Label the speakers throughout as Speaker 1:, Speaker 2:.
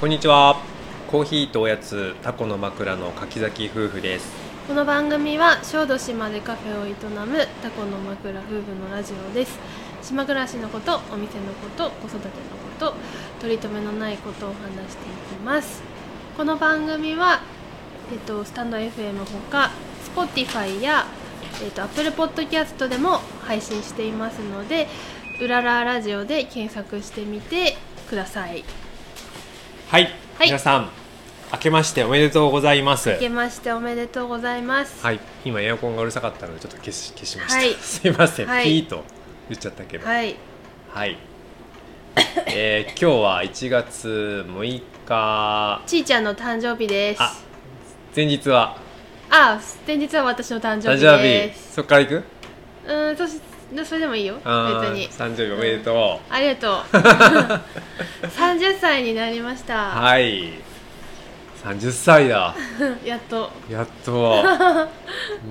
Speaker 1: こんにちは。コーヒーとおやつ、タコの枕の柿崎夫婦です。
Speaker 2: この番組は小豆島でカフェを営むタコの枕夫婦のラジオです島暮らしのことお店のこと子育てのこと取り留めのないことを話していきますこの番組は、えっと、スタンド FM ほか Spotify や、えっと、Apple Podcast でも配信していますのでうららラジオで検索してみてください
Speaker 1: はい。
Speaker 2: はい
Speaker 1: 皆さん、明けましておめでとうございます。
Speaker 2: 明けましておめでとうございます、
Speaker 1: はい。今エアコンがうるさかったのでちょっと消し消しました。
Speaker 2: はい
Speaker 1: すいません。
Speaker 2: はい
Speaker 1: ピーと言っちゃったけど。はい。
Speaker 2: はい
Speaker 1: えー今日は1月6日。
Speaker 2: ちいちゃんの誕生日です
Speaker 1: あ、前日は
Speaker 2: あ、前日は私の誕生
Speaker 1: 誕
Speaker 2: 日
Speaker 1: 生
Speaker 2: で
Speaker 1: 日。
Speaker 2: す。
Speaker 1: そっから行く？
Speaker 2: うーん、そしそれでもいいよ。別
Speaker 1: あー
Speaker 2: に。
Speaker 1: 誕生日おめでとう。
Speaker 2: ありがとう。30 歳になりました。
Speaker 1: はい。30歳だ。
Speaker 2: やっと。
Speaker 1: やっ と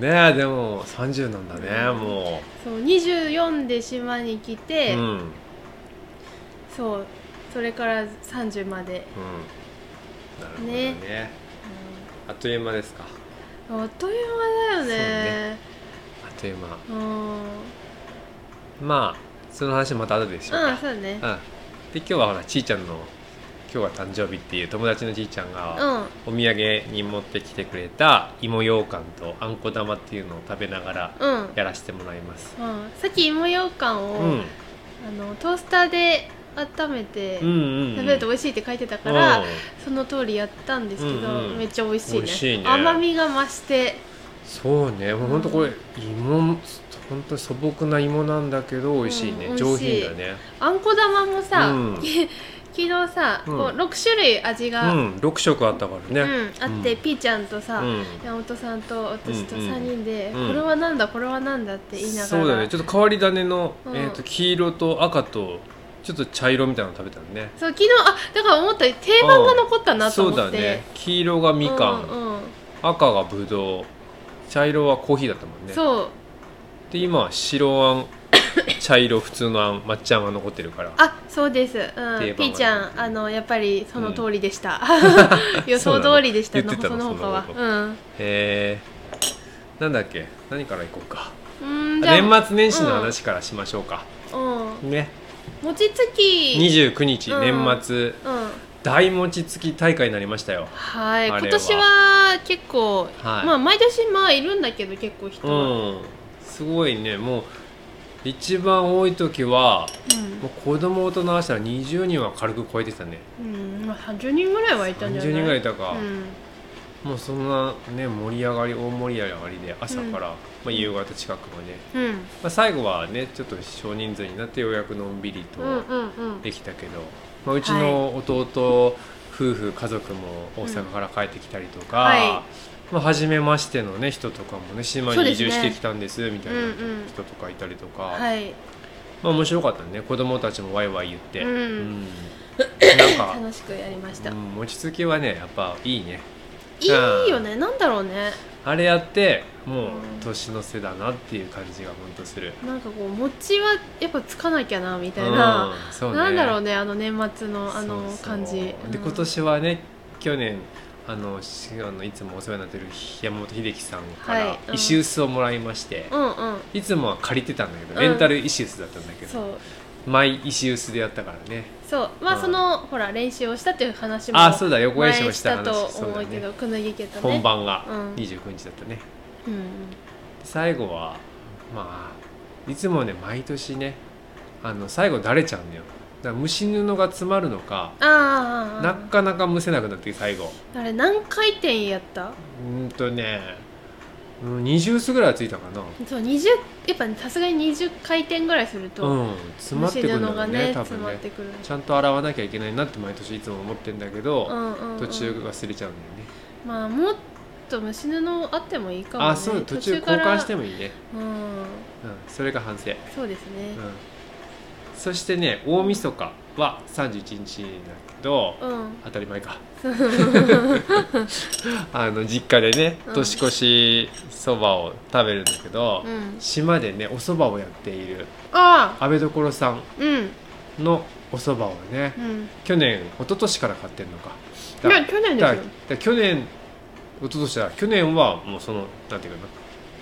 Speaker 1: ねえでも30なんだねも
Speaker 2: そう、24で島に来
Speaker 1: う、
Speaker 2: て、
Speaker 1: うんうん、
Speaker 2: そう、それから30まで。
Speaker 1: なるほどね
Speaker 2: ね
Speaker 1: あっという間ですか
Speaker 2: うんあっという間だよね。
Speaker 1: あっという間
Speaker 2: うん、
Speaker 1: まあその話また後でしょう
Speaker 2: うん、
Speaker 1: か
Speaker 2: そうだね。
Speaker 1: うん、で今日はほらちいちゃんの今日が誕生日っていう友達のちいちゃん
Speaker 2: う
Speaker 1: が
Speaker 2: ん、
Speaker 1: お土産に持ってきてくれた芋羊羹とあんこ玉っていうのを食べながら
Speaker 2: うん、うん。
Speaker 1: やらせてもらいます
Speaker 2: さっき芋ようかん
Speaker 1: う
Speaker 2: を、
Speaker 1: ん、うん
Speaker 2: あのトースターで温めて、
Speaker 1: うんうん
Speaker 2: 食べると美味しいって書いてたから、
Speaker 1: うん
Speaker 2: その通りやったんですけど、
Speaker 1: うんうん
Speaker 2: めっちゃ美味しいね
Speaker 1: 美味しいね
Speaker 2: 甘みが増して
Speaker 1: そうねもうほんとこれ芋本当素朴な芋なんだけど美味しいね、
Speaker 2: うん
Speaker 1: 上品だね
Speaker 2: あんこ玉もさ、
Speaker 1: うん
Speaker 2: 昨日さ、
Speaker 1: うん
Speaker 2: こう6種類味
Speaker 1: う
Speaker 2: が、う
Speaker 1: ん
Speaker 2: ん
Speaker 1: 6色あったからね
Speaker 2: あって、
Speaker 1: うん
Speaker 2: ピーちゃんとさ、
Speaker 1: うん
Speaker 2: 山本さんと私と
Speaker 1: うんうん
Speaker 2: 3人で、
Speaker 1: うん
Speaker 2: これはなんだこれはなんだって言いながら
Speaker 1: そうだねちょっと変わり種の、
Speaker 2: うん
Speaker 1: えー、と黄色と赤とちょっと茶色みたいなの食べたのね
Speaker 2: そう昨日あだから思ったより定番が残ったなと
Speaker 1: そう
Speaker 2: 思
Speaker 1: だ
Speaker 2: って、
Speaker 1: ね黄色がみかん、
Speaker 2: うんうん
Speaker 1: 赤がぶどう茶色はコーヒーだったもんね
Speaker 2: そう
Speaker 1: で今は白あ ん茶色普通のあん抹茶あんが残ってるから
Speaker 2: あそうです、う
Speaker 1: 番は
Speaker 2: ん、ピーちゃんあのやっぱりその通りでした、 予
Speaker 1: そう
Speaker 2: 想
Speaker 1: なの
Speaker 2: 通りでし た
Speaker 1: 言ってたの
Speaker 2: その他は
Speaker 1: その
Speaker 2: うん
Speaker 1: えー、なんだっけ何からいこうか
Speaker 2: うーんじゃあ
Speaker 1: 年末年始の話からしましょうか、
Speaker 2: うん
Speaker 1: ね
Speaker 2: 餅つき
Speaker 1: 29日
Speaker 2: うん
Speaker 1: 年末、
Speaker 2: うん
Speaker 1: 大餅つき大会になりましたよ
Speaker 2: はい
Speaker 1: あれは
Speaker 2: 今年は結構、
Speaker 1: はい
Speaker 2: まあ毎年まあいるんだけど結構人
Speaker 1: う
Speaker 2: は、うん
Speaker 1: んすごいねもう一番多い時はもう子供大人合わせたら20人は軽く超えてたね
Speaker 2: うんまあ、30人ぐらいはいたんじゃない
Speaker 1: 30人ぐらいい
Speaker 2: い
Speaker 1: たか、もうそんなね盛り上がり大盛り上がりで朝から、まあ、夕方近くまで、
Speaker 2: うん、うん
Speaker 1: まあ、最後はねちょっと少人数になってようやくのんびりと
Speaker 2: うんうんうん
Speaker 1: できたけど、まあ、うちの弟、夫婦家族も大阪から帰ってきたりとか、
Speaker 2: うんは
Speaker 1: まあ、初めましての、ね、人とかもね島
Speaker 2: そう
Speaker 1: に
Speaker 2: で
Speaker 1: 移
Speaker 2: すね
Speaker 1: 住してきたんですみたいな
Speaker 2: うんうん
Speaker 1: 人とかいたりとか、
Speaker 2: はい
Speaker 1: まあ、面白かったね子供たちもワイワイ言って、
Speaker 2: うん
Speaker 1: う んなんか、
Speaker 2: 楽しくやりました、
Speaker 1: うん、餅つきはねやっぱいいね
Speaker 2: いいよねなんだろうね
Speaker 1: あれやってもう
Speaker 2: うん
Speaker 1: 年の瀬だなっていう感じが本当する、
Speaker 2: なんかこう餅はやっぱつかなきゃなみたいな、
Speaker 1: うんそうね
Speaker 2: なんだろうねあの年末のあの
Speaker 1: そうそう
Speaker 2: 感じ
Speaker 1: で今年はね去年あのしあのいつもお世話になってる山本秀樹さんか
Speaker 2: は
Speaker 1: ら
Speaker 2: いうん
Speaker 1: 石臼をもらいまして、
Speaker 2: うんうんうん
Speaker 1: いつもは借りてたんだけど
Speaker 2: うん
Speaker 1: レンタル石臼だったんだけど、
Speaker 2: そう
Speaker 1: マイ石臼でやったからね
Speaker 2: そうま
Speaker 1: う
Speaker 2: あ
Speaker 1: ん
Speaker 2: その、ほら練習をしたっていう話も
Speaker 1: あそうだ横演習を
Speaker 2: 前
Speaker 1: し
Speaker 2: したた
Speaker 1: 話
Speaker 2: と
Speaker 1: そう
Speaker 2: 思
Speaker 1: だ
Speaker 2: うけど
Speaker 1: ね
Speaker 2: くぬぎ家とね
Speaker 1: 本番が
Speaker 2: うん
Speaker 1: 29日だったね、
Speaker 2: うんうん
Speaker 1: 最後はまあいつもね毎年ねあの最後だれちゃうんだよだから蒸し布が詰まるのか
Speaker 2: あああ
Speaker 1: なかなか蒸せなくなって最後
Speaker 2: ああれ何回転やった
Speaker 1: うーんとねうん20すぐらいはついたかな
Speaker 2: そう20やっぱねさすがに20回転ぐらいすると、
Speaker 1: うん詰まってくるんだ
Speaker 2: の
Speaker 1: ろ
Speaker 2: が
Speaker 1: うね
Speaker 2: ね
Speaker 1: 多
Speaker 2: 詰
Speaker 1: 分
Speaker 2: まっ
Speaker 1: ね
Speaker 2: てくる
Speaker 1: ちゃんと洗わなきゃいけないなって毎年いつも思ってんだけど、
Speaker 2: うんうんうん
Speaker 1: 途中忘れちゃうんだよね
Speaker 2: まあもっと虫布あってもいいかも、ね、
Speaker 1: あそう途中交換して
Speaker 2: も
Speaker 1: もいいね、
Speaker 2: うん
Speaker 1: うん、それが反省、うん、
Speaker 2: そうですね
Speaker 1: そしてね大晦日は31日だけど、
Speaker 2: うん
Speaker 1: 当たり前 かあの実家でね
Speaker 2: うん
Speaker 1: 年越しそばを食べるんだけど、
Speaker 2: うん
Speaker 1: 島でねおそばをやっている
Speaker 2: ああ
Speaker 1: 安倍所さん
Speaker 2: うん
Speaker 1: のおおそばをね
Speaker 2: うん
Speaker 1: 去年一昨年から買ってるのか
Speaker 2: い
Speaker 1: だ
Speaker 2: や去年
Speaker 1: だ
Speaker 2: ですよ
Speaker 1: だ去年一昨年だ去年はもうそのなんていうか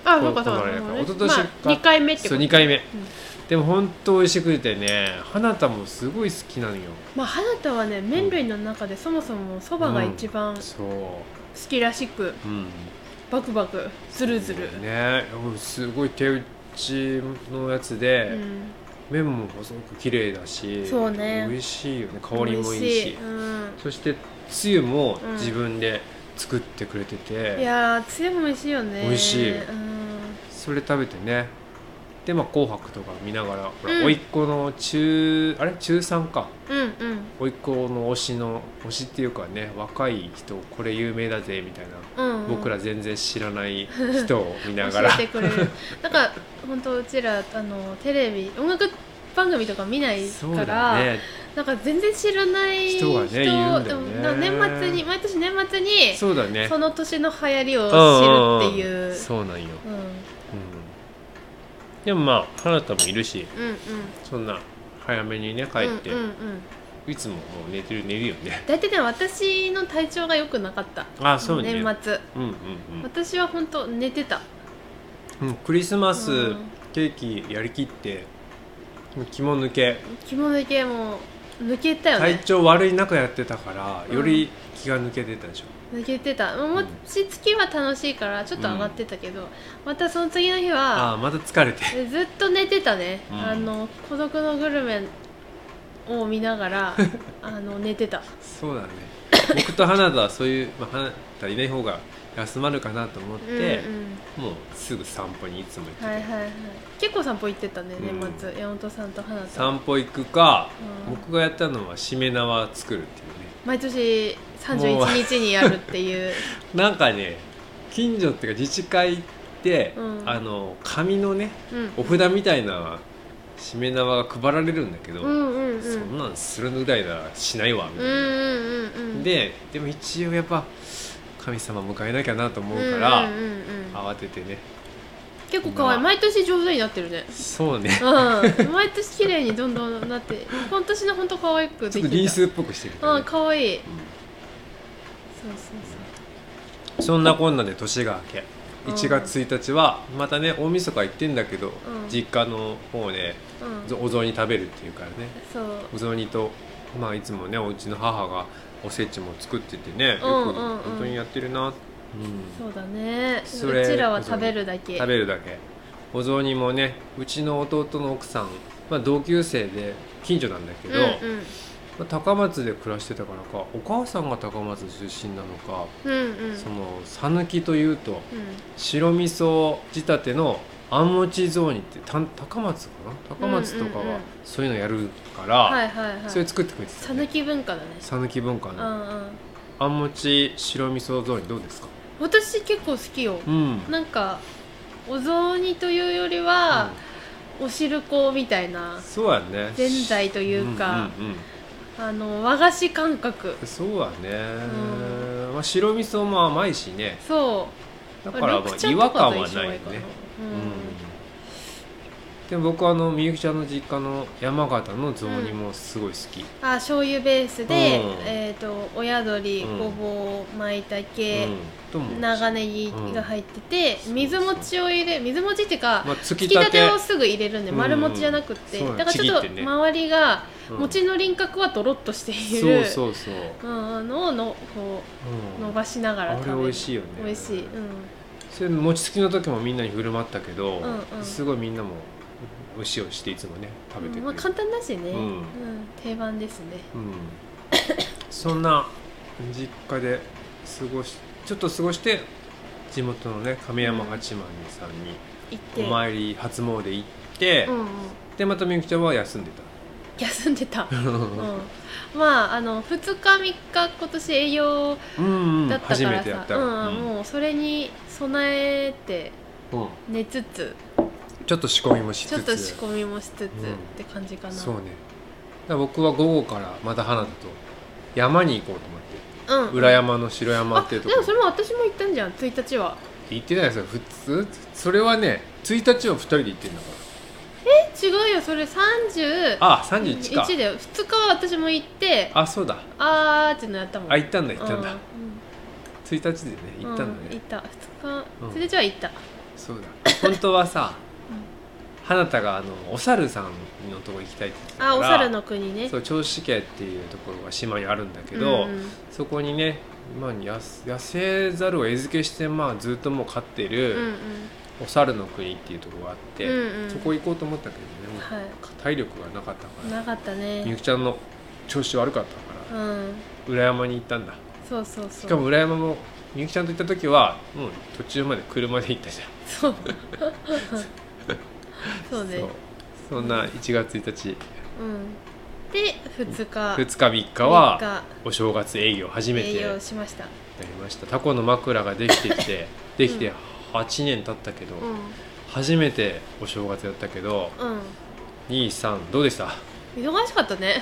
Speaker 1: な
Speaker 2: あそうかそうか
Speaker 1: この
Speaker 2: そうか
Speaker 1: 一昨年
Speaker 2: まあ、2回目って
Speaker 1: そ
Speaker 2: こ
Speaker 1: う
Speaker 2: と
Speaker 1: 2回目、でも本当美味しくてね花田もすごい好きなのよ
Speaker 2: まあ花田はね麺類の中でそもそもそばが一番好
Speaker 1: そ
Speaker 2: きらしく、
Speaker 1: ううん
Speaker 2: バクバクズルズル、
Speaker 1: ねうんすごい手打ちのやつ
Speaker 2: う
Speaker 1: で、
Speaker 2: ん、
Speaker 1: 麺も細く綺麗だし
Speaker 2: そうね
Speaker 1: 美味しいよね香りもいいし
Speaker 2: 美味うん
Speaker 1: そしてつゆも
Speaker 2: うん
Speaker 1: 自分で作ってくれてて、
Speaker 2: いやーつゆも美味しいよね
Speaker 1: 美味しい
Speaker 2: うん
Speaker 1: それ食べてねでまあ「紅白」とか見ながらほ
Speaker 2: う
Speaker 1: ら
Speaker 2: ん
Speaker 1: 甥、っ子の中あれ中3か
Speaker 2: うんうん
Speaker 1: 甥っ子の推しの推しっていうかね若い人これ有名だぜみたいな、
Speaker 2: うんうん
Speaker 1: 僕ら全然知らない人を見なが
Speaker 2: 教
Speaker 1: ら
Speaker 2: えてくれるなんか本当うちらあのテレビ音楽番組とか見ないか
Speaker 1: そう
Speaker 2: ら、
Speaker 1: だね
Speaker 2: なんか全然知らない人
Speaker 1: 人がねいるんだよね
Speaker 2: でもなんか年末に毎年年末にそ,、
Speaker 1: そうだね
Speaker 2: の年の流行りを知るっていう,、う
Speaker 1: ん
Speaker 2: ん
Speaker 1: んんそうなんよ、
Speaker 2: うん、うん
Speaker 1: うん、でもまあ花田もいるし
Speaker 2: うん
Speaker 1: そんな早めにね帰って、
Speaker 2: うんうんうん
Speaker 1: いつももう寝てる寝るよね
Speaker 2: 大体ね私の体調が良くなかった
Speaker 1: あそうね
Speaker 2: 年末
Speaker 1: うんうん
Speaker 2: 私は本当寝てた
Speaker 1: うん、うん、クリスマ
Speaker 2: う
Speaker 1: ス
Speaker 2: ん
Speaker 1: ケーキやりきってもう気も抜け
Speaker 2: 着物だけもう抜けたよ
Speaker 1: 体
Speaker 2: ね
Speaker 1: 調悪い中やってたから、
Speaker 2: うん
Speaker 1: より気が抜けてたでしょ
Speaker 2: 抜けてたお餅つきは楽しいからちょっと上がってたけど、またその次の日
Speaker 1: あ
Speaker 2: は
Speaker 1: あまた疲れて
Speaker 2: えずっと寝てたね、
Speaker 1: うん
Speaker 2: あの孤独のグルメを見な がらあの寝てた
Speaker 1: そうだ ね僕と花田はそういう、まあ、花田いない方が休まるかなと思って、
Speaker 2: うんうん
Speaker 1: もうすぐ散歩にいつも行って、
Speaker 2: はいはいはい結構散歩行ってたね
Speaker 1: うん
Speaker 2: 年末、山本さんと花田
Speaker 1: 散歩行くか、
Speaker 2: うん
Speaker 1: 僕がやったのはしめ縄作るっていうね
Speaker 2: 毎年
Speaker 1: もう
Speaker 2: 31日にやるっていう
Speaker 1: なんかね近所っていうか自治会って、
Speaker 2: うん
Speaker 1: あの紙のね
Speaker 2: うん
Speaker 1: お札みたいなしめ縄が配られるんだけど、
Speaker 2: うんうんうん
Speaker 1: そんなんするぐらいならしないわみた
Speaker 2: うん
Speaker 1: いな、
Speaker 2: うんうんうん
Speaker 1: ででも一応やっぱ神様迎えなきゃなと思
Speaker 2: うん
Speaker 1: う
Speaker 2: うんう
Speaker 1: か
Speaker 2: ん
Speaker 1: ら、
Speaker 2: うん
Speaker 1: 慌ててね
Speaker 2: 結構可愛い毎年上手になってる ね
Speaker 1: そうね
Speaker 2: うん毎年綺麗にどんどんなって今年の本当可愛 く
Speaker 1: ち
Speaker 2: で
Speaker 1: ょ
Speaker 2: き
Speaker 1: ってと
Speaker 2: た
Speaker 1: リースっぽくしてる、ね
Speaker 2: うん可愛いそう
Speaker 1: そんなこんなで年が明け
Speaker 2: うん
Speaker 1: 1月1日はまたね大晦日行ってんだけど、
Speaker 2: ん
Speaker 1: 実家の方で
Speaker 2: そうそううん
Speaker 1: お雑煮食べるっていうからね
Speaker 2: そう
Speaker 1: お雑煮と、まあ、いつもねおうちの母がおせちも作っててねよく
Speaker 2: うんうんうん
Speaker 1: 本当にやってるな、うん
Speaker 2: そうだね
Speaker 1: それ
Speaker 2: うちらは食べるだけ
Speaker 1: 食べるだけお雑煮もねうちの弟の奥さん、まあ、同級生で近所なんだけど、
Speaker 2: うん
Speaker 1: まあ高松で暮らしてたからかお母さんが高松出身なのか、
Speaker 2: うんうんうん
Speaker 1: その讃岐というと白味噌仕立てのあんもち雑煮ってた高松かな高松とか
Speaker 2: うんうんう
Speaker 1: は
Speaker 2: ん
Speaker 1: そういうのやるか
Speaker 2: は
Speaker 1: ら、
Speaker 2: いはいは
Speaker 1: それ
Speaker 2: い
Speaker 1: 作ってくれてた、
Speaker 2: 讃
Speaker 1: ね、
Speaker 2: 岐文化だね
Speaker 1: 讃岐文化
Speaker 2: う
Speaker 1: の、
Speaker 2: んうん
Speaker 1: あんもち白味噌雑煮どうですか
Speaker 2: 私結構好きよ
Speaker 1: うん
Speaker 2: なんかお雑煮というよりはお汁粉みたいな
Speaker 1: そうやね
Speaker 2: ぜんざいというか
Speaker 1: うんうんうん
Speaker 2: あの和菓子感覚
Speaker 1: そうだね、まあ、白味噌も甘いしね
Speaker 2: そう
Speaker 1: だからまあ違和感はないよね、
Speaker 2: うん
Speaker 1: うん、でも僕はあのみゆきちゃんの実家の山形の雑煮もすごい好き、
Speaker 2: あ醤油ベースで、
Speaker 1: うん
Speaker 2: えっ、と親鶏
Speaker 1: うん
Speaker 2: ごぼう舞茸、
Speaker 1: とも
Speaker 2: 長ネギが入ってて、
Speaker 1: うん
Speaker 2: 水餅を入れ水餅っていうか、
Speaker 1: まあ、つ
Speaker 2: つ
Speaker 1: き
Speaker 2: きた
Speaker 1: たて
Speaker 2: てをすぐ入れるんで、
Speaker 1: うん
Speaker 2: 丸餅じゃなくって
Speaker 1: そう
Speaker 2: だからちょっ
Speaker 1: ち
Speaker 2: と
Speaker 1: ぎってね
Speaker 2: 周りが、
Speaker 1: うん
Speaker 2: 餅の輪郭はとろっとしてい
Speaker 1: そ
Speaker 2: る
Speaker 1: うそうそう、
Speaker 2: うんのをのこう
Speaker 1: うん
Speaker 2: 伸ばしながら食べ
Speaker 1: あ
Speaker 2: る
Speaker 1: れ美味しいよね
Speaker 2: 美味しい、うん、
Speaker 1: それ餅つきの時もみんなに振る舞ったけど、
Speaker 2: うんうん
Speaker 1: すごいみんなもお塩していつもね食べてくれる、
Speaker 2: まあ、簡単だしね、
Speaker 1: う
Speaker 2: うんん定番ですね
Speaker 1: うんそんな実家で過ごしちょっと過ごして地元のね亀山八幡さんに
Speaker 2: 行って
Speaker 1: お参り初詣行って、
Speaker 2: うんうん、
Speaker 1: でまたみゆきちゃんは休んで
Speaker 2: 休んでた
Speaker 1: たうん
Speaker 2: うん、まああの2日3日今年営業
Speaker 1: うん
Speaker 2: だったから
Speaker 1: 初
Speaker 2: さ、
Speaker 1: めてやった
Speaker 2: うんもうそれに備えて
Speaker 1: うん
Speaker 2: 寝つつ
Speaker 1: ちょっと仕込みもしつつ
Speaker 2: ちょっと仕込みもしつつっ
Speaker 1: うん
Speaker 2: て感じかな、
Speaker 1: そうねだから僕は午後からまた花田と山に行こうと思っ
Speaker 2: うん
Speaker 1: て裏山の白山
Speaker 2: あ
Speaker 1: ってい
Speaker 2: で
Speaker 1: うとこ
Speaker 2: もそ
Speaker 1: ろ
Speaker 2: れも私も行ったんじゃん1日は
Speaker 1: 行ってないですよ普通それはね1日は2人で行ってんだか
Speaker 2: え違違うよそれ31
Speaker 1: あ31か
Speaker 2: だよ2日は私も行って
Speaker 1: あそうだ
Speaker 2: あーってのやったもん
Speaker 1: あ行ったんだ行ったんだ
Speaker 2: うん
Speaker 1: 1日でね
Speaker 2: うん
Speaker 1: 行ったんだ
Speaker 2: うん行
Speaker 1: ね
Speaker 2: った2
Speaker 1: うん
Speaker 2: 日連れては行った、
Speaker 1: そうだ本当はさ
Speaker 2: うん
Speaker 1: 花田があのお猿さんのとこ行きたいって言ってたから
Speaker 2: あお猿の国ね
Speaker 1: そう銚子家っていうところが島にあるんだけど、
Speaker 2: うん
Speaker 1: そこにね、まあ、やす野生猿を餌付けして、まあ、ずっともう飼って
Speaker 2: うんうん
Speaker 1: るお猿の国っていうところがあって、
Speaker 2: うんうん
Speaker 1: そこ行こうと思ったけどねもう
Speaker 2: は
Speaker 1: 体力がなかった
Speaker 2: い
Speaker 1: から
Speaker 2: なかった
Speaker 1: みゆ
Speaker 2: ね
Speaker 1: きちゃんの調子悪かったか
Speaker 2: うん
Speaker 1: ら裏山に行ったんだ
Speaker 2: そうそうそう
Speaker 1: しかも裏山もみゆきちゃんと行った時はもう途中まで車で行ったじゃん
Speaker 2: そう そうね
Speaker 1: そうそんな1月1日
Speaker 2: うんで2
Speaker 1: 2
Speaker 2: 日
Speaker 1: 日3日は
Speaker 2: は
Speaker 1: お正月営業初めて
Speaker 2: 営
Speaker 1: や
Speaker 2: 業しました
Speaker 1: りましたタコの枕ができてきてできて8年経ったけど、
Speaker 2: う
Speaker 1: 初めてお正月やったけど
Speaker 2: んうん
Speaker 1: 23どうでした
Speaker 2: 忙しかったね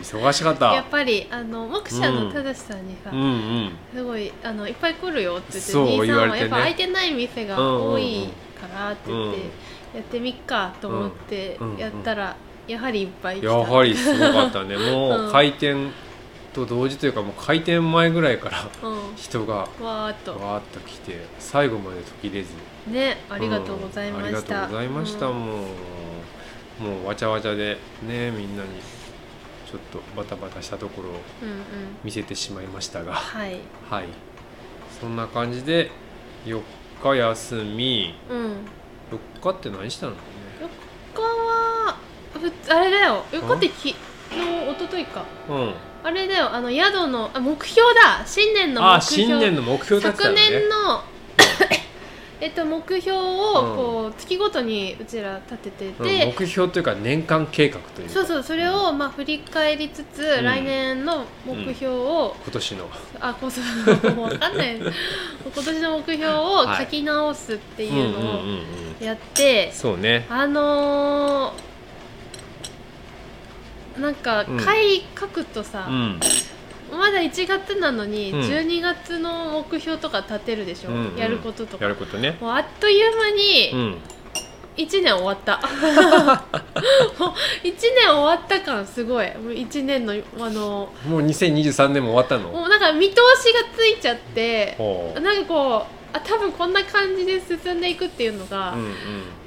Speaker 1: 忙しかっ た
Speaker 2: やっぱりあの目者
Speaker 1: う
Speaker 2: の
Speaker 1: ん
Speaker 2: 正さんにさ、
Speaker 1: うんうん
Speaker 2: すごいあのいっぱい来るよって言って
Speaker 1: そう言
Speaker 2: 兄さ
Speaker 1: わ
Speaker 2: ん
Speaker 1: れて
Speaker 2: は
Speaker 1: ね
Speaker 2: やっぱ空いてない店が多いからって言って、
Speaker 1: うんうん
Speaker 2: やってみっかと思って
Speaker 1: うんうんうん
Speaker 2: やったら、やはりいっぱい来た
Speaker 1: やはりすごかった ねも
Speaker 2: うん
Speaker 1: う開店と同時というかもう開店前ぐらいから
Speaker 2: う
Speaker 1: 人が
Speaker 2: んわーっと
Speaker 1: わーっと来て最後まで途切れず
Speaker 2: ねあ
Speaker 1: あ
Speaker 2: りがとうございました、
Speaker 1: ありがとうございました、
Speaker 2: うん
Speaker 1: もうもうわちゃわちゃでねみんなにちょっとバタバタしたところを
Speaker 2: うんうん
Speaker 1: 見せてしまいました が
Speaker 2: はい
Speaker 1: はいそんな感じで4日休み
Speaker 2: うん
Speaker 1: 4日って何したのね
Speaker 2: 他はふつあれだよよかってき昨日一昨日か
Speaker 1: うん
Speaker 2: あれだよあの宿のあ目標だ新年の
Speaker 1: あ
Speaker 2: 目
Speaker 1: ー
Speaker 2: 標
Speaker 1: 新年の目標だった
Speaker 2: 昨
Speaker 1: のね
Speaker 2: 年の えっと目標をこう月ごとにうちら立てて
Speaker 1: うん
Speaker 2: て、
Speaker 1: 目標というか年間計画というか
Speaker 2: そうそうそれをまあ振り返りつつ、
Speaker 1: ん
Speaker 2: 来年の目標を、
Speaker 1: 今年の
Speaker 2: あこうそうもう分かんな い今年の目標を書き直すっていう
Speaker 1: うんうん
Speaker 2: のを
Speaker 1: うんうん
Speaker 2: やって、
Speaker 1: そうね
Speaker 2: あのーなんか
Speaker 1: うん
Speaker 2: 回書くとさ
Speaker 1: う、ん
Speaker 2: まだ1月なのに
Speaker 1: うん
Speaker 2: 12月の目標とか立てるでしょ、
Speaker 1: うんうん
Speaker 2: やることとか
Speaker 1: やることね
Speaker 2: もうあっという間
Speaker 1: う
Speaker 2: に
Speaker 1: ん
Speaker 2: 1年終 わった、もう1年終わった感すごいもう1年のあの
Speaker 1: もう2023年も終わったの
Speaker 2: もうなんか見通しがついちゃって
Speaker 1: ほう
Speaker 2: なんかこうあ多分こんな感じで進んでいくっていうのが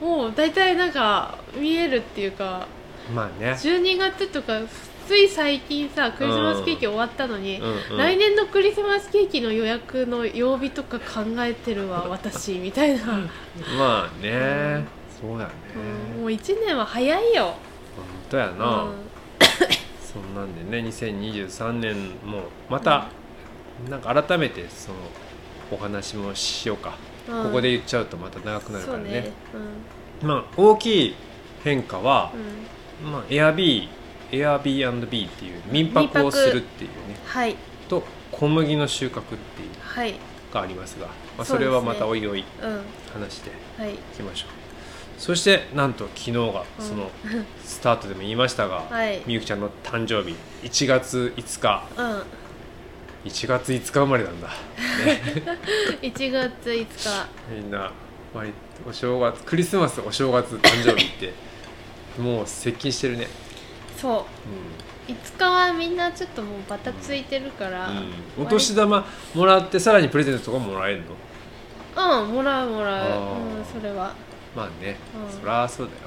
Speaker 1: うん、
Speaker 2: もう大体なんか見えるっていうか
Speaker 1: うんまあね
Speaker 2: 12月とかつい最近さクリスマスケーキ終わったのに、
Speaker 1: うんうん
Speaker 2: 来年のクリスマスケーキの予約の曜日とか考えてるわ私みたいな、
Speaker 1: まあねそうやね
Speaker 2: うんもう1年は早いよ
Speaker 1: 本当やなそんなんでね2023年もまたなんか改めてそのお話もしようか
Speaker 2: うん
Speaker 1: ここで言っちゃうとまた長くなるか
Speaker 2: そう
Speaker 1: らね
Speaker 2: ねうん
Speaker 1: まあ大きい変化は
Speaker 2: うん
Speaker 1: まあ Airb Airb&B っていう民
Speaker 2: 民
Speaker 1: 泊を
Speaker 2: 泊
Speaker 1: するっていうね
Speaker 2: はい
Speaker 1: と小麦の収穫っていう
Speaker 2: はい
Speaker 1: がありますが、まあ、
Speaker 2: そ
Speaker 1: そ
Speaker 2: うですね
Speaker 1: れはまたおいおい
Speaker 2: うん
Speaker 1: 話して
Speaker 2: はい
Speaker 1: いきましょうそしてなんと昨日が
Speaker 2: うん
Speaker 1: そのスタートでも言いましたが、
Speaker 2: はい
Speaker 1: みゆきちゃんの誕生日1月5日
Speaker 2: うん
Speaker 1: 1月5日生まれなんだ
Speaker 2: 1月5日
Speaker 1: みんな毎お正月クリスマスお正月誕生日って もう接近してるね、
Speaker 2: そう
Speaker 1: う
Speaker 2: 5日はみんなちょっともうバタついてるから、
Speaker 1: んうん、お年玉もらってさらにプレゼントとかもらえるの
Speaker 2: うんもらうもら
Speaker 1: あ
Speaker 2: う
Speaker 1: ー
Speaker 2: うんそれは
Speaker 1: まあね、
Speaker 2: うん
Speaker 1: そりゃそうだよ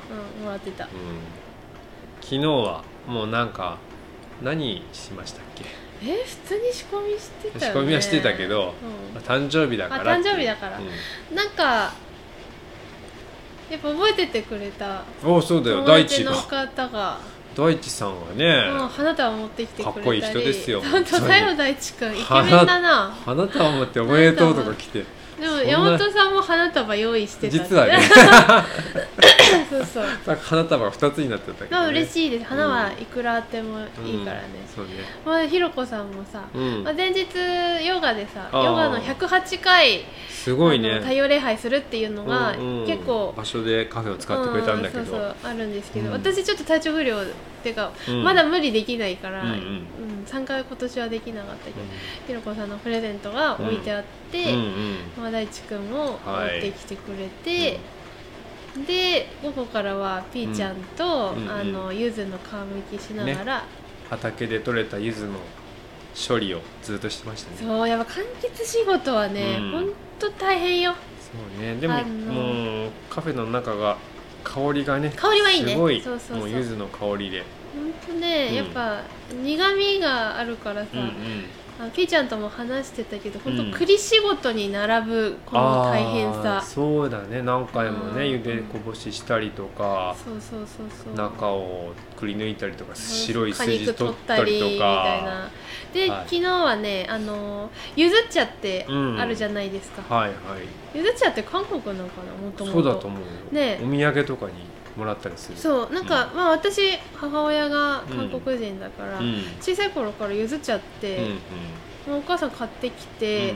Speaker 2: うんもらってた
Speaker 1: うん昨日はもうなんか何しましたっけ
Speaker 2: え普通に仕込みしてた
Speaker 1: 仕
Speaker 2: よね
Speaker 1: 込みはしてたけど、まあ誕生日だから
Speaker 2: あ誕生日
Speaker 1: っていう
Speaker 2: だから
Speaker 1: うん
Speaker 2: うん、なんかやっぱ覚えててくれた
Speaker 1: おうそうだよ
Speaker 2: 友
Speaker 1: 大
Speaker 2: 達
Speaker 1: 地
Speaker 2: の
Speaker 1: が
Speaker 2: 方が、
Speaker 1: 大地さんは
Speaker 2: うん、
Speaker 1: ね
Speaker 2: 花束を持ってきてくれたり
Speaker 1: かっこいい人ですよ
Speaker 2: 本当だよ大地君イケ
Speaker 1: 花
Speaker 2: メンだな
Speaker 1: 花束持っておめでとうとか来て
Speaker 2: でも
Speaker 1: そんな
Speaker 2: 山本さんも花束用意してた
Speaker 1: 実はね
Speaker 2: そうそう
Speaker 1: 花束が2つになってたけ
Speaker 2: ま
Speaker 1: ど、
Speaker 2: あ
Speaker 1: ね、
Speaker 2: 嬉
Speaker 1: い
Speaker 2: しいです花はいくらあってもいいからね、
Speaker 1: そうね
Speaker 2: まあひろこさんもさ、
Speaker 1: うん
Speaker 2: まあ、前日ヨガでさ
Speaker 1: あー
Speaker 2: ヨガの108回す
Speaker 1: すごいね
Speaker 2: 太陽礼拝するっていうのが
Speaker 1: うんうん
Speaker 2: 結構、
Speaker 1: 場所でカフェを使ってくれたんだけど、
Speaker 2: うそうそうあるんですけど、
Speaker 1: うん
Speaker 2: 私ちょっと体調不良っていうか、
Speaker 1: うん
Speaker 2: まだ無理できないから、
Speaker 1: う
Speaker 2: うんん
Speaker 1: うん
Speaker 2: 参加は今年はできなかったけど、ひろこさんのプレゼントが置いてあって、
Speaker 1: うんうんうん
Speaker 2: まあ、大地君も持ってきてくれて、で午後からはピーちゃんと、
Speaker 1: うんうん
Speaker 2: あの柚子の皮むきしながら、
Speaker 1: 畑で採れた柚子の処理をずっとしてましたねそう
Speaker 2: そうやっぱ柑橘仕事はね
Speaker 1: うん
Speaker 2: 本当、ほんと大変よ
Speaker 1: ねでも、
Speaker 2: あの
Speaker 1: もうカフェの中が香りがね
Speaker 2: 香りはいいね
Speaker 1: すごい
Speaker 2: そうそうそう
Speaker 1: もう柚子の香りで
Speaker 2: 本当ね、
Speaker 1: うん
Speaker 2: やっぱ苦味があるからさ、
Speaker 1: うんうん
Speaker 2: あのピーちゃんとも話してたけど本当、
Speaker 1: うん
Speaker 2: 栗仕事に並ぶこの大変
Speaker 1: あー
Speaker 2: さ
Speaker 1: そうだね何回もね
Speaker 2: う
Speaker 1: 茹
Speaker 2: ん
Speaker 1: でこぼししたりとか
Speaker 2: そうそうそうそう
Speaker 1: 中をくり抜いたりとか白い
Speaker 2: 果肉
Speaker 1: 筋取ったりと
Speaker 2: みたいな
Speaker 1: か
Speaker 2: で、
Speaker 1: はい
Speaker 2: 昨日はねあのゆず茶って
Speaker 1: うん
Speaker 2: あるじゃないですか、
Speaker 1: はいはい
Speaker 2: ゆず茶って韓国なのかなもとも
Speaker 1: そうだと思うよ
Speaker 2: ね
Speaker 1: お土産とかにもらったりする
Speaker 2: そうなんか、まあ私母親が韓国人だから、
Speaker 1: うんうん
Speaker 2: 小さい頃からゆず茶って、
Speaker 1: うんうん
Speaker 2: もうお母さん買ってき
Speaker 1: う
Speaker 2: て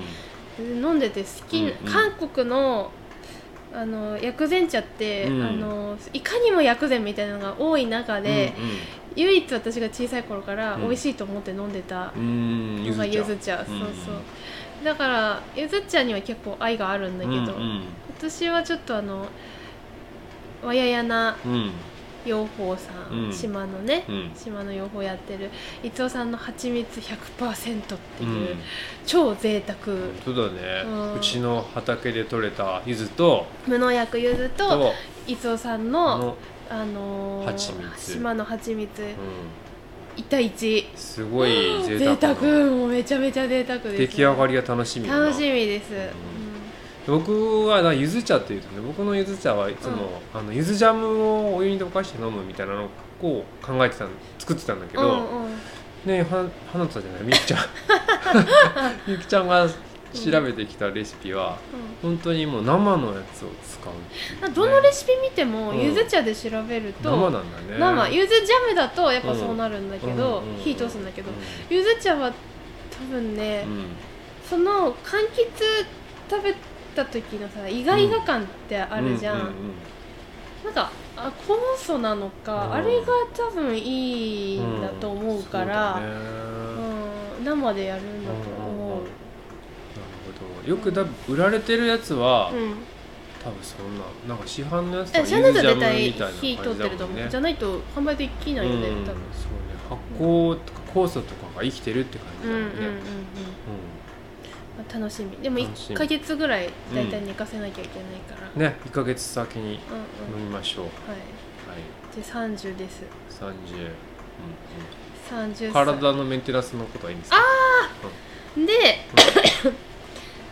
Speaker 1: ん、
Speaker 2: 飲んでて好きな、
Speaker 1: うんうん
Speaker 2: 韓国のあの薬膳茶って、
Speaker 1: うん
Speaker 2: あのいかにも薬膳みたいなのが多い中で、唯一私が小さい頃から
Speaker 1: うん
Speaker 2: 美味しいと思って飲んでた
Speaker 1: うんうんうん
Speaker 2: のがゆず茶、
Speaker 1: うん
Speaker 2: そうそうだからゆず茶には結構愛があるんだけど、
Speaker 1: うんうん
Speaker 2: 私はちょっとあのわややな
Speaker 1: うん
Speaker 2: 養蜂さん、
Speaker 1: うん
Speaker 2: 島のね、
Speaker 1: うん
Speaker 2: 島の養蜂やってる伊藤さんの蜂蜜100%って
Speaker 1: う
Speaker 2: いう、
Speaker 1: ん
Speaker 2: 超贅沢
Speaker 1: そうだね
Speaker 2: うん
Speaker 1: うちの畑で採れた柚子と
Speaker 2: 無農薬ゆずと
Speaker 1: と
Speaker 2: 伊藤さん
Speaker 1: あ
Speaker 2: の
Speaker 1: の
Speaker 2: あのー
Speaker 1: 蜂蜜
Speaker 2: 島の蜂蜜
Speaker 1: う
Speaker 2: 1対1
Speaker 1: んすごい贅
Speaker 2: 贅
Speaker 1: 沢
Speaker 2: 沢
Speaker 1: な
Speaker 2: もうめちゃめちゃ贅沢です
Speaker 1: 出来上がりが楽しみだな
Speaker 2: 楽しみです、
Speaker 1: ん僕はなゆず茶っていうとね僕のゆず茶はいつも、あのゆずジャムをお湯に溶かして飲むみたいなのをこう考えてたん作ってたんだけ
Speaker 2: うん、う
Speaker 1: ど、
Speaker 2: んうん
Speaker 1: ねは花田じゃないみゆきち ゃんみゆきちゃんが調べてきたレシピは本当にもう生のやつを使うっていうね、
Speaker 2: うんどのレシピ見ても、
Speaker 1: うん
Speaker 2: ゆず茶で調べると
Speaker 1: 生なんだね
Speaker 2: 生ゆずジャムだとやっぱそうなるんだけど、
Speaker 1: うんうんうん
Speaker 2: 火通すんだけど、
Speaker 1: うん
Speaker 2: ゆず茶は多分ね、
Speaker 1: うん
Speaker 2: その柑橘食べた時のさ意外が感ってあるじゃん、
Speaker 1: うう
Speaker 2: なんかあ酵素なのか、
Speaker 1: うん
Speaker 2: あれが多分いいんだと思うから、
Speaker 1: そうだね
Speaker 2: うん生でやるんだと
Speaker 1: うんうん
Speaker 2: 思
Speaker 1: うんな
Speaker 2: う
Speaker 1: るほどよくだ売られてるやつは、
Speaker 2: うん、
Speaker 1: 多分そんななんか市販のやつ
Speaker 2: えシャンダー絶対
Speaker 1: ゆずジャムみ
Speaker 2: 火
Speaker 1: たいな
Speaker 2: 通
Speaker 1: 感
Speaker 2: っ
Speaker 1: じ
Speaker 2: て
Speaker 1: だ
Speaker 2: ると
Speaker 1: もん
Speaker 2: 思う、
Speaker 1: ね
Speaker 2: じゃないと販売できないよね、
Speaker 1: うん
Speaker 2: 多分
Speaker 1: そうね発酵とか酵素とかが生きてるって感
Speaker 2: う
Speaker 1: じ
Speaker 2: ん
Speaker 1: だ
Speaker 2: うん
Speaker 1: も
Speaker 2: うんん
Speaker 1: ね、
Speaker 2: うん
Speaker 1: うん
Speaker 2: まあ楽しみでも
Speaker 1: 楽し
Speaker 2: 1
Speaker 1: み
Speaker 2: ヶ月ぐらい大体寝かせなきゃいけないから、
Speaker 1: ね1ヶ月先に
Speaker 2: うんうん
Speaker 1: 飲みましょう、
Speaker 2: はい
Speaker 1: はい
Speaker 2: で30です
Speaker 1: 30、うんう
Speaker 2: 30
Speaker 1: ん、
Speaker 2: 歳
Speaker 1: 体のメンテナンスのことはいいんですかあ
Speaker 2: で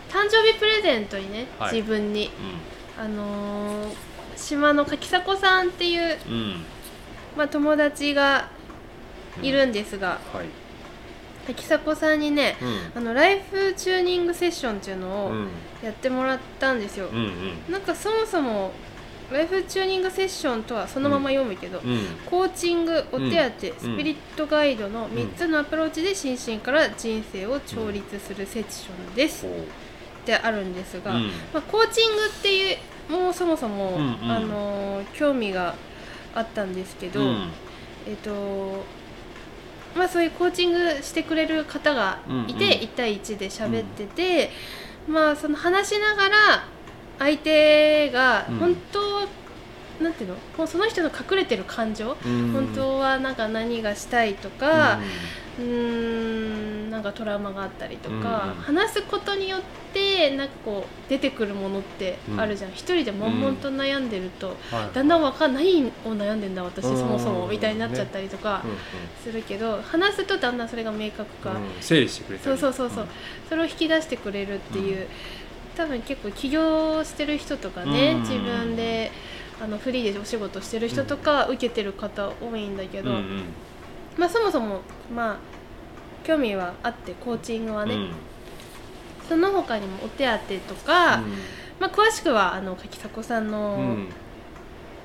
Speaker 2: 誕生日プレゼントにね、
Speaker 1: はい
Speaker 2: 自分に
Speaker 1: う
Speaker 2: あのー島の柿迫さんっていう、
Speaker 1: んうん
Speaker 2: まあ、友達がいるんですが、
Speaker 1: はい
Speaker 2: 柿迫さんにね
Speaker 1: う
Speaker 2: あのライフチューニングセッションっていうの
Speaker 1: んう
Speaker 2: を
Speaker 1: ん
Speaker 2: やってもらったんですよ、
Speaker 1: うん
Speaker 2: なんかそもそもライフチューニングセッションとはそのまま読むけど、
Speaker 1: うんうん
Speaker 2: コーチングお手当、
Speaker 1: うん
Speaker 2: スピリットガイドの3つのアプローチで心身から人生を調律するセッションです、
Speaker 1: こ
Speaker 2: ってあるんです
Speaker 1: う
Speaker 2: が、
Speaker 1: うん
Speaker 2: まあ、コーチングっていうもうそもそも、
Speaker 1: うんうん
Speaker 2: あのー興味があったんですけど、
Speaker 1: うん
Speaker 2: えっとまあ、そういうコーチングしてくれる方がいて、
Speaker 1: うんうん
Speaker 2: 1対1で喋ってて、まあ、その話しながら相手が
Speaker 1: うん
Speaker 2: 本当は、なんていうのもうその人の隠れてる感情、
Speaker 1: うん
Speaker 2: 本当はなんか何がしたいとか、うーんなんかトラウマがあったりとか、
Speaker 1: うん
Speaker 2: 話すことによってなんかこう出てくるものってあるじゃん、一人で悶々と悩んでると、
Speaker 1: はい
Speaker 2: だんだんわかんないを悩んでんだ私そもそも
Speaker 1: うん
Speaker 2: みたいになっちゃったりとか
Speaker 1: うんうん
Speaker 2: するけど、話すとだんだんそれが明確化、
Speaker 1: うん整理してくれた
Speaker 2: そう
Speaker 1: り
Speaker 2: そうそうそう、
Speaker 1: ん
Speaker 2: それを引き出してくれるっていう、
Speaker 1: うん
Speaker 2: 多分結構起業してる人とかね、
Speaker 1: うん
Speaker 2: 自分であのフリーでお仕事してる人とか受けてる方多いんだけど、
Speaker 1: うんうん
Speaker 2: まあ、そもそも、まあ、興味はあってコーチングはね、
Speaker 1: うん
Speaker 2: その他にもお手当とか、まあ、詳しくはあの柿迫さん
Speaker 1: う
Speaker 2: の、
Speaker 1: んうん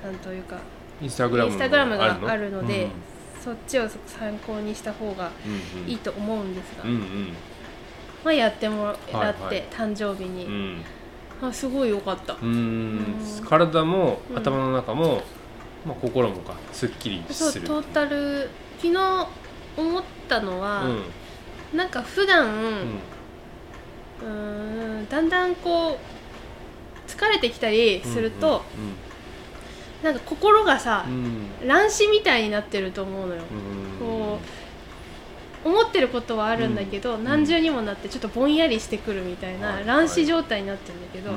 Speaker 2: なんというか
Speaker 1: インスタグラム
Speaker 2: インスタグラムがあるので、
Speaker 1: うん
Speaker 2: そっちを参考にした方が
Speaker 1: うんうん
Speaker 2: いいと思うんですが、
Speaker 1: うんうん
Speaker 2: まあ、やっても
Speaker 1: はい
Speaker 2: らって、誕生日に、
Speaker 1: うん
Speaker 2: あすごい良かった、
Speaker 1: うーん
Speaker 2: うん
Speaker 1: 体も
Speaker 2: うん
Speaker 1: 頭の中も、まあ、心もかすっきり
Speaker 2: そう
Speaker 1: する
Speaker 2: トータル昨日思ったのは、
Speaker 1: うん
Speaker 2: なんか普段、
Speaker 1: うん
Speaker 2: うーんだんだんこう疲れてきたりすると、
Speaker 1: うん
Speaker 2: なんか心がさ
Speaker 1: うん、
Speaker 2: 乱視みたいになってると思うのよ、こう思ってることはあるんだけど、
Speaker 1: うん
Speaker 2: 何重にもなってちょっとぼんやりしてくるみたいな、
Speaker 1: はい
Speaker 2: 乱視状態になってるんだけど、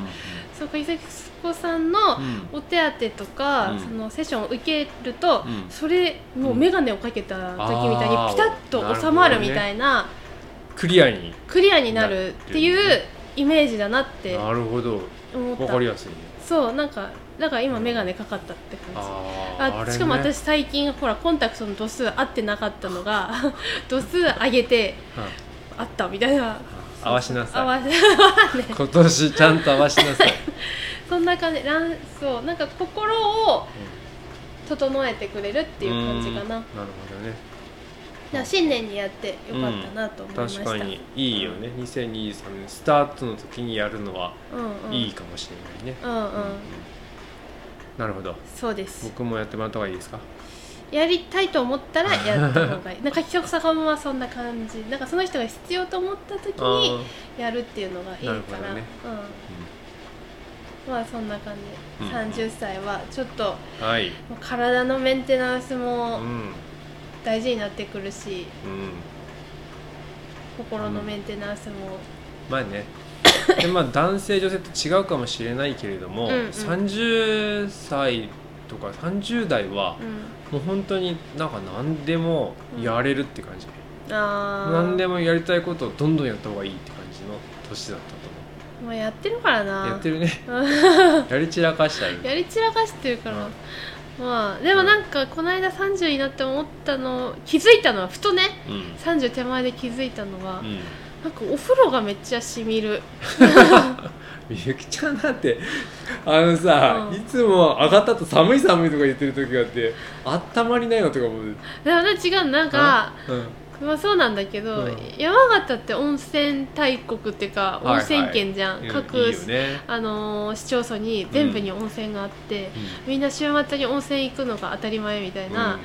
Speaker 2: そうか伊崎子さんの
Speaker 1: うん
Speaker 2: お手当とか、
Speaker 1: うん
Speaker 2: そのセッションを受けると、
Speaker 1: うん
Speaker 2: それもう眼鏡をかけた時みたいに
Speaker 1: あー
Speaker 2: ピタッと収まるみたいな
Speaker 1: クリアに
Speaker 2: クリアになるってい
Speaker 1: なる
Speaker 2: うイメージだなって
Speaker 1: なるほど
Speaker 2: 思っ
Speaker 1: わかり
Speaker 2: た
Speaker 1: やすいね
Speaker 2: そうなんかだから今眼鏡かかったって感じ。
Speaker 1: あー
Speaker 2: あ
Speaker 1: あれね
Speaker 2: しかも私最近ほらコンタクトの度数合ってなかった のが度数上げて
Speaker 1: はい
Speaker 2: 合ったみたいな
Speaker 1: 合わしな
Speaker 2: 合
Speaker 1: さ
Speaker 2: わせ
Speaker 1: い今年ちゃんと合わしなさい
Speaker 2: そんな感じなんそうなんか心を整えてくれるっていう感じか
Speaker 1: う
Speaker 2: なだ
Speaker 1: ん
Speaker 2: か
Speaker 1: なるほどね
Speaker 2: ら新年にやってよかったなと思いました、
Speaker 1: 確かにいいよね2023年スタートの時にやるのは
Speaker 2: うんうん
Speaker 1: いいかもしれないね、
Speaker 2: うんうん
Speaker 1: なるほど
Speaker 2: そうです
Speaker 1: 僕もやってもらった方がいいですか
Speaker 2: やりたいと思ったらやった方がいい なんか企画さんはそんな感じなんかその人が必要と思った時
Speaker 1: あー
Speaker 2: にやるっていうのがいい
Speaker 1: なる
Speaker 2: か
Speaker 1: ほ
Speaker 2: ら、
Speaker 1: どね
Speaker 2: うんまあそんな感じ、
Speaker 1: うん
Speaker 2: 30歳はちょっと
Speaker 1: うんはい
Speaker 2: 体のメンテナンス
Speaker 1: う
Speaker 2: も
Speaker 1: ん
Speaker 2: 大事になってくるし
Speaker 1: うん
Speaker 2: 心のメンテナンスも、
Speaker 1: まあ ねでまあ男性女性と違うかもしれないけれども、
Speaker 2: うんうん
Speaker 1: 30歳とか30代は
Speaker 2: う
Speaker 1: もう本当になんか何でもやれるって感じ、
Speaker 2: ん、ああ
Speaker 1: 何でもやりたいことをどんどんやった方がいいって感じの年だったと
Speaker 2: もうやってるからな
Speaker 1: 思うやって るねやり散らかしたり
Speaker 2: やり散らかしてるから、
Speaker 1: うん
Speaker 2: まあでもなんかこの間30になって思ったの気づいたのはふとね
Speaker 1: うん
Speaker 2: 30手前で気づいたのは、
Speaker 1: うん
Speaker 2: なんかお風呂がめっちゃしみる
Speaker 1: みゆきちゃんだってあのさ、
Speaker 2: うん
Speaker 1: いつも上がったと寒い寒いとか言ってる時があってあったまりないのとか思う
Speaker 2: でもね違うなんか
Speaker 1: うん
Speaker 2: まあそうなんだけど、
Speaker 1: うん
Speaker 2: 山形って温泉大国っていうか
Speaker 1: はいはい
Speaker 2: 温泉県じゃん、
Speaker 1: うん
Speaker 2: 各
Speaker 1: いいよね、
Speaker 2: あのー市町村に全部に温泉があって、みんな週末に温泉行くのが当たり前みたい
Speaker 1: うん
Speaker 2: な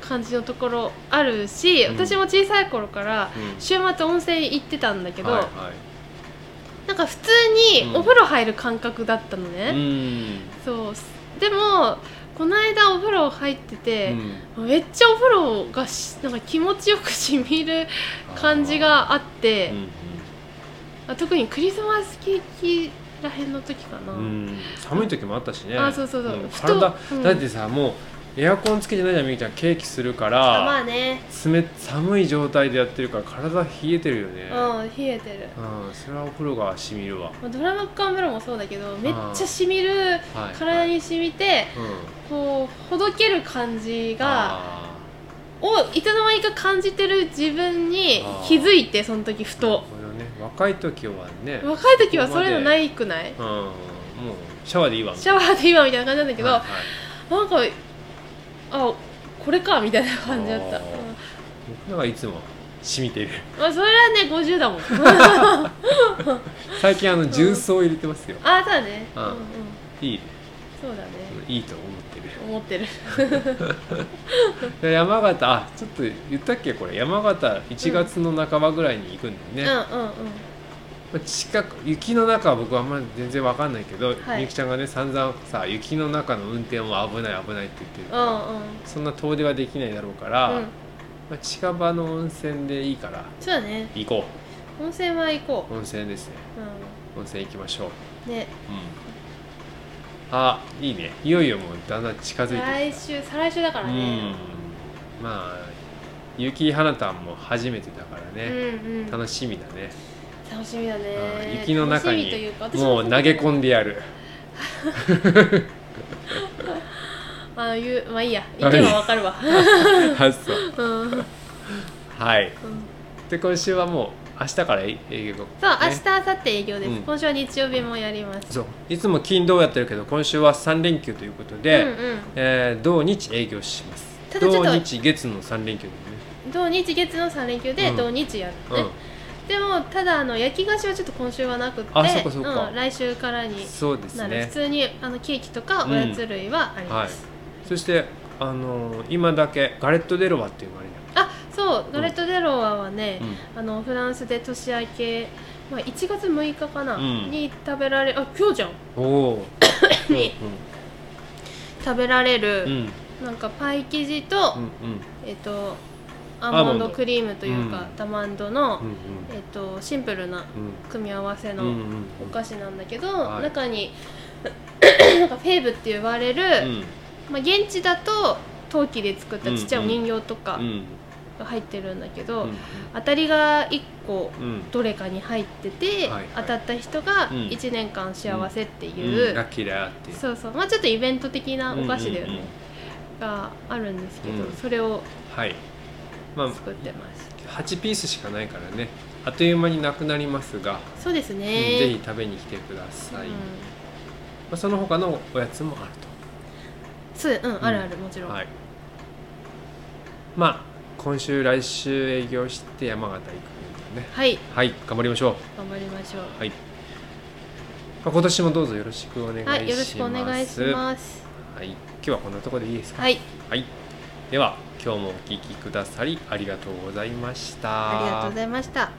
Speaker 2: 感じのところあるし、
Speaker 1: うん
Speaker 2: 私も小さい頃から
Speaker 1: うん
Speaker 2: 週末温泉行ってたんだけど、
Speaker 1: はい
Speaker 2: なんか普通
Speaker 1: う
Speaker 2: に
Speaker 1: ん
Speaker 2: お風呂入る感覚だったの
Speaker 1: はい、う
Speaker 2: ね、
Speaker 1: ん
Speaker 2: そうでもこの間お風呂入って
Speaker 1: う
Speaker 2: て、
Speaker 1: ん
Speaker 2: めっちゃお風呂がしなんか気持ちよくしみる感じがあっ
Speaker 1: う
Speaker 2: て
Speaker 1: ん
Speaker 2: あ特にクリスマスケーキらへんの時かな、
Speaker 1: うんうん寒い時もあったしね
Speaker 2: あそうそうそうんふと
Speaker 1: 体、
Speaker 2: うん
Speaker 1: だってさもうエアコンつけてないじゃんみゆきちゃんケーキするか
Speaker 2: あ
Speaker 1: ら
Speaker 2: まあね
Speaker 1: 冷寒い状態でやってるから体冷えてるよね
Speaker 2: うん冷えてる
Speaker 1: うん、それはお風呂がしみるわ
Speaker 2: まあドラマ缶風呂もそうだけどめっちゃしみる
Speaker 1: はい
Speaker 2: 体にしみて
Speaker 1: うん
Speaker 2: こうほどける感じが
Speaker 1: あ
Speaker 2: をいつの間にか感じてる自分に気づいてその時ふ
Speaker 1: ー
Speaker 2: と
Speaker 1: なるほどね若い時はねうんもう
Speaker 2: 若い時はそういうのないくない
Speaker 1: シャワーでいいわ
Speaker 2: シャワーで今みたいな感じなんだけど、
Speaker 1: はいはい
Speaker 2: なんかあこれかみたいな感じだった、
Speaker 1: あー
Speaker 2: うん
Speaker 1: 僕なんかいつもしみてる
Speaker 2: まあ、それはね50だも んあ
Speaker 1: 最近あの重曹入れてますよ
Speaker 2: あそうだねう
Speaker 1: うんん
Speaker 2: うん
Speaker 1: いい
Speaker 2: そうだね
Speaker 1: いいと思ってる
Speaker 2: 思ってる
Speaker 1: で山形あちょっと言ったっけこれ山形1月の半ばぐらいに行くん
Speaker 2: う
Speaker 1: だ
Speaker 2: ん
Speaker 1: よ
Speaker 2: う
Speaker 1: ね、
Speaker 2: んうん
Speaker 1: まあ近く雪の中は僕はあんまり全然わかんないけど、
Speaker 2: はい
Speaker 1: みゆきちゃんがね散々さ雪の中の運転は危ない危ないって言ってるか
Speaker 2: う
Speaker 1: ら、
Speaker 2: んうん
Speaker 1: そんな遠出はできないだろうから、
Speaker 2: うん
Speaker 1: まあ、近場の温泉でいいから
Speaker 2: そうだね
Speaker 1: 行こ
Speaker 2: 温泉は行こ
Speaker 1: う温泉ですね
Speaker 2: う、
Speaker 1: 温泉行きましょう、
Speaker 2: うん、ね
Speaker 1: あいいねいよいよもうだんだん近づいてきた
Speaker 2: 来週再来週だから
Speaker 1: う
Speaker 2: ね
Speaker 1: んまあ雪花たんも初めてだから
Speaker 2: うん
Speaker 1: ね、
Speaker 2: うん
Speaker 1: 楽しみだね、
Speaker 2: 楽しみだね
Speaker 1: うん雪の中
Speaker 2: 楽しみとい
Speaker 1: に
Speaker 2: うか私
Speaker 1: もう投げ込んでや る
Speaker 2: あの言うまあいいや行けばわかるわ
Speaker 1: あ そう
Speaker 2: うん、うん、
Speaker 1: はいで今週はもう明日から営業そう
Speaker 2: そう明日明後日営業です、
Speaker 1: うん
Speaker 2: 今週は日曜日もやります
Speaker 1: そういつも金土やってるけど今週は3連休ということ
Speaker 2: う
Speaker 1: で、
Speaker 2: んうん
Speaker 1: えー土日営業します
Speaker 2: ただちょっと
Speaker 1: 土日月の3連休でね
Speaker 2: 土日月の3連休で
Speaker 1: うん
Speaker 2: 土日やる
Speaker 1: う
Speaker 2: ね、
Speaker 1: ん、
Speaker 2: でもただあの焼き菓子はちょっと今週はなくて
Speaker 1: あそっかそっか
Speaker 2: うん、来週からに
Speaker 1: そうです
Speaker 2: なる、
Speaker 1: ね
Speaker 2: 普通にあのケーキとかおやつ類はあり
Speaker 1: は
Speaker 2: ま
Speaker 1: い
Speaker 2: す、
Speaker 1: そしてあのー今だけガレット・デロワっていうのがある
Speaker 2: あそうガレット・デロワはね
Speaker 1: じゃ、ん、
Speaker 2: あのフランスで年明け、まあ、1月6日かな、
Speaker 1: うん
Speaker 2: に食べられあ今日じゃん
Speaker 1: おお
Speaker 2: に食食べられ
Speaker 1: うんう
Speaker 2: る、
Speaker 1: ん
Speaker 2: なんかパイ生地と、
Speaker 1: うん
Speaker 2: えっと
Speaker 1: ーモ
Speaker 2: ア
Speaker 1: ンド
Speaker 2: ーモンドクリームというか、
Speaker 1: うん
Speaker 2: ダマンドの、
Speaker 1: うん
Speaker 2: えっとシンプルな組み合わせ
Speaker 1: うんうんう
Speaker 2: の
Speaker 1: んうん
Speaker 2: お菓子なんだけど、
Speaker 1: はい
Speaker 2: 中に なんかフェーブって呼ばれる、
Speaker 1: うん
Speaker 2: まあ、現地だと陶器で作ったちっちゃいお人形とか
Speaker 1: うん
Speaker 2: が入ってるんだけど、
Speaker 1: うん
Speaker 2: 当たりが1個
Speaker 1: うん
Speaker 2: どれかに入ってて、
Speaker 1: はいはい
Speaker 2: 当たった人が
Speaker 1: うん
Speaker 2: 1年間幸せっていう、
Speaker 1: うんラッキーだっていう
Speaker 2: そうそうまあちょっとイベント的なお菓子だ
Speaker 1: うん
Speaker 2: よね、
Speaker 1: うんうん
Speaker 2: があるんですけど、
Speaker 1: うん
Speaker 2: それを
Speaker 1: はいまあ
Speaker 2: 作ってます、
Speaker 1: 8ピースしかないからねあっという間になくなりますが、
Speaker 2: そうですね、
Speaker 1: うんぜひ食べに来てください、
Speaker 2: うん
Speaker 1: まあ、その他のおやつもある
Speaker 2: そううんあるあるも
Speaker 1: と、
Speaker 2: ちろん、
Speaker 1: はいまあ今週来週営業して山形行くんだよね
Speaker 2: はい、
Speaker 1: はい頑張りましょ
Speaker 2: 頑張りましょう
Speaker 1: うはい、まあ、今年もどうぞよろしくお願いします
Speaker 2: はい、よろしくお願いします。
Speaker 1: はい、今日はこんなところでいいですか
Speaker 2: はい、
Speaker 1: はい、では今日もお聞きくださりありがとうございました
Speaker 2: ありがとうございました。